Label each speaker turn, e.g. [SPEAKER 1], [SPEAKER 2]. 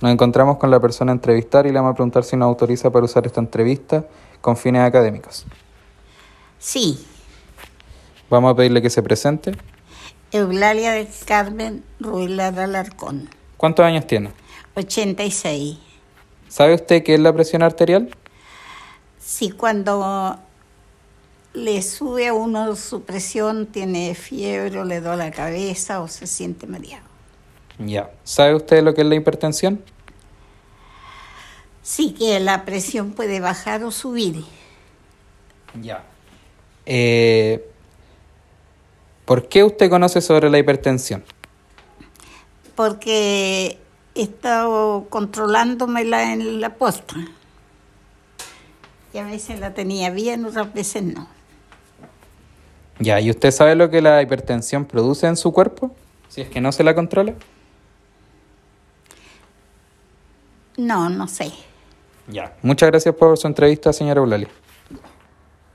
[SPEAKER 1] Nos encontramos con la persona a entrevistar y le vamos a preguntar si nos autoriza para usar esta entrevista con fines académicos.
[SPEAKER 2] Sí,
[SPEAKER 1] Vamos a pedirle que se presente.
[SPEAKER 2] Eulalia del Carmen Ruilar Alarcón,
[SPEAKER 1] ¿Cuántos años tiene?
[SPEAKER 2] 86.
[SPEAKER 1] ¿Sabe usted qué es la presión arterial?
[SPEAKER 2] Si cuando le sube a uno su presión, tiene fiebre o le duele la cabeza o se siente mareado.
[SPEAKER 1] Ya. ¿Sabe usted lo que es la hipertensión?
[SPEAKER 2] Sí que la presión puede bajar o subir.
[SPEAKER 1] Ya. Eh, ¿Por qué usted conoce sobre la hipertensión?
[SPEAKER 2] porque he estado controlándomela en la posta. Y a veces la tenía bien, otras veces no.
[SPEAKER 1] Ya. ¿Y usted sabe lo que la hipertensión produce en su cuerpo? Si es que no se la controla.
[SPEAKER 2] No, no sé.
[SPEAKER 1] Ya. Muchas gracias por su entrevista, señora Eulalia.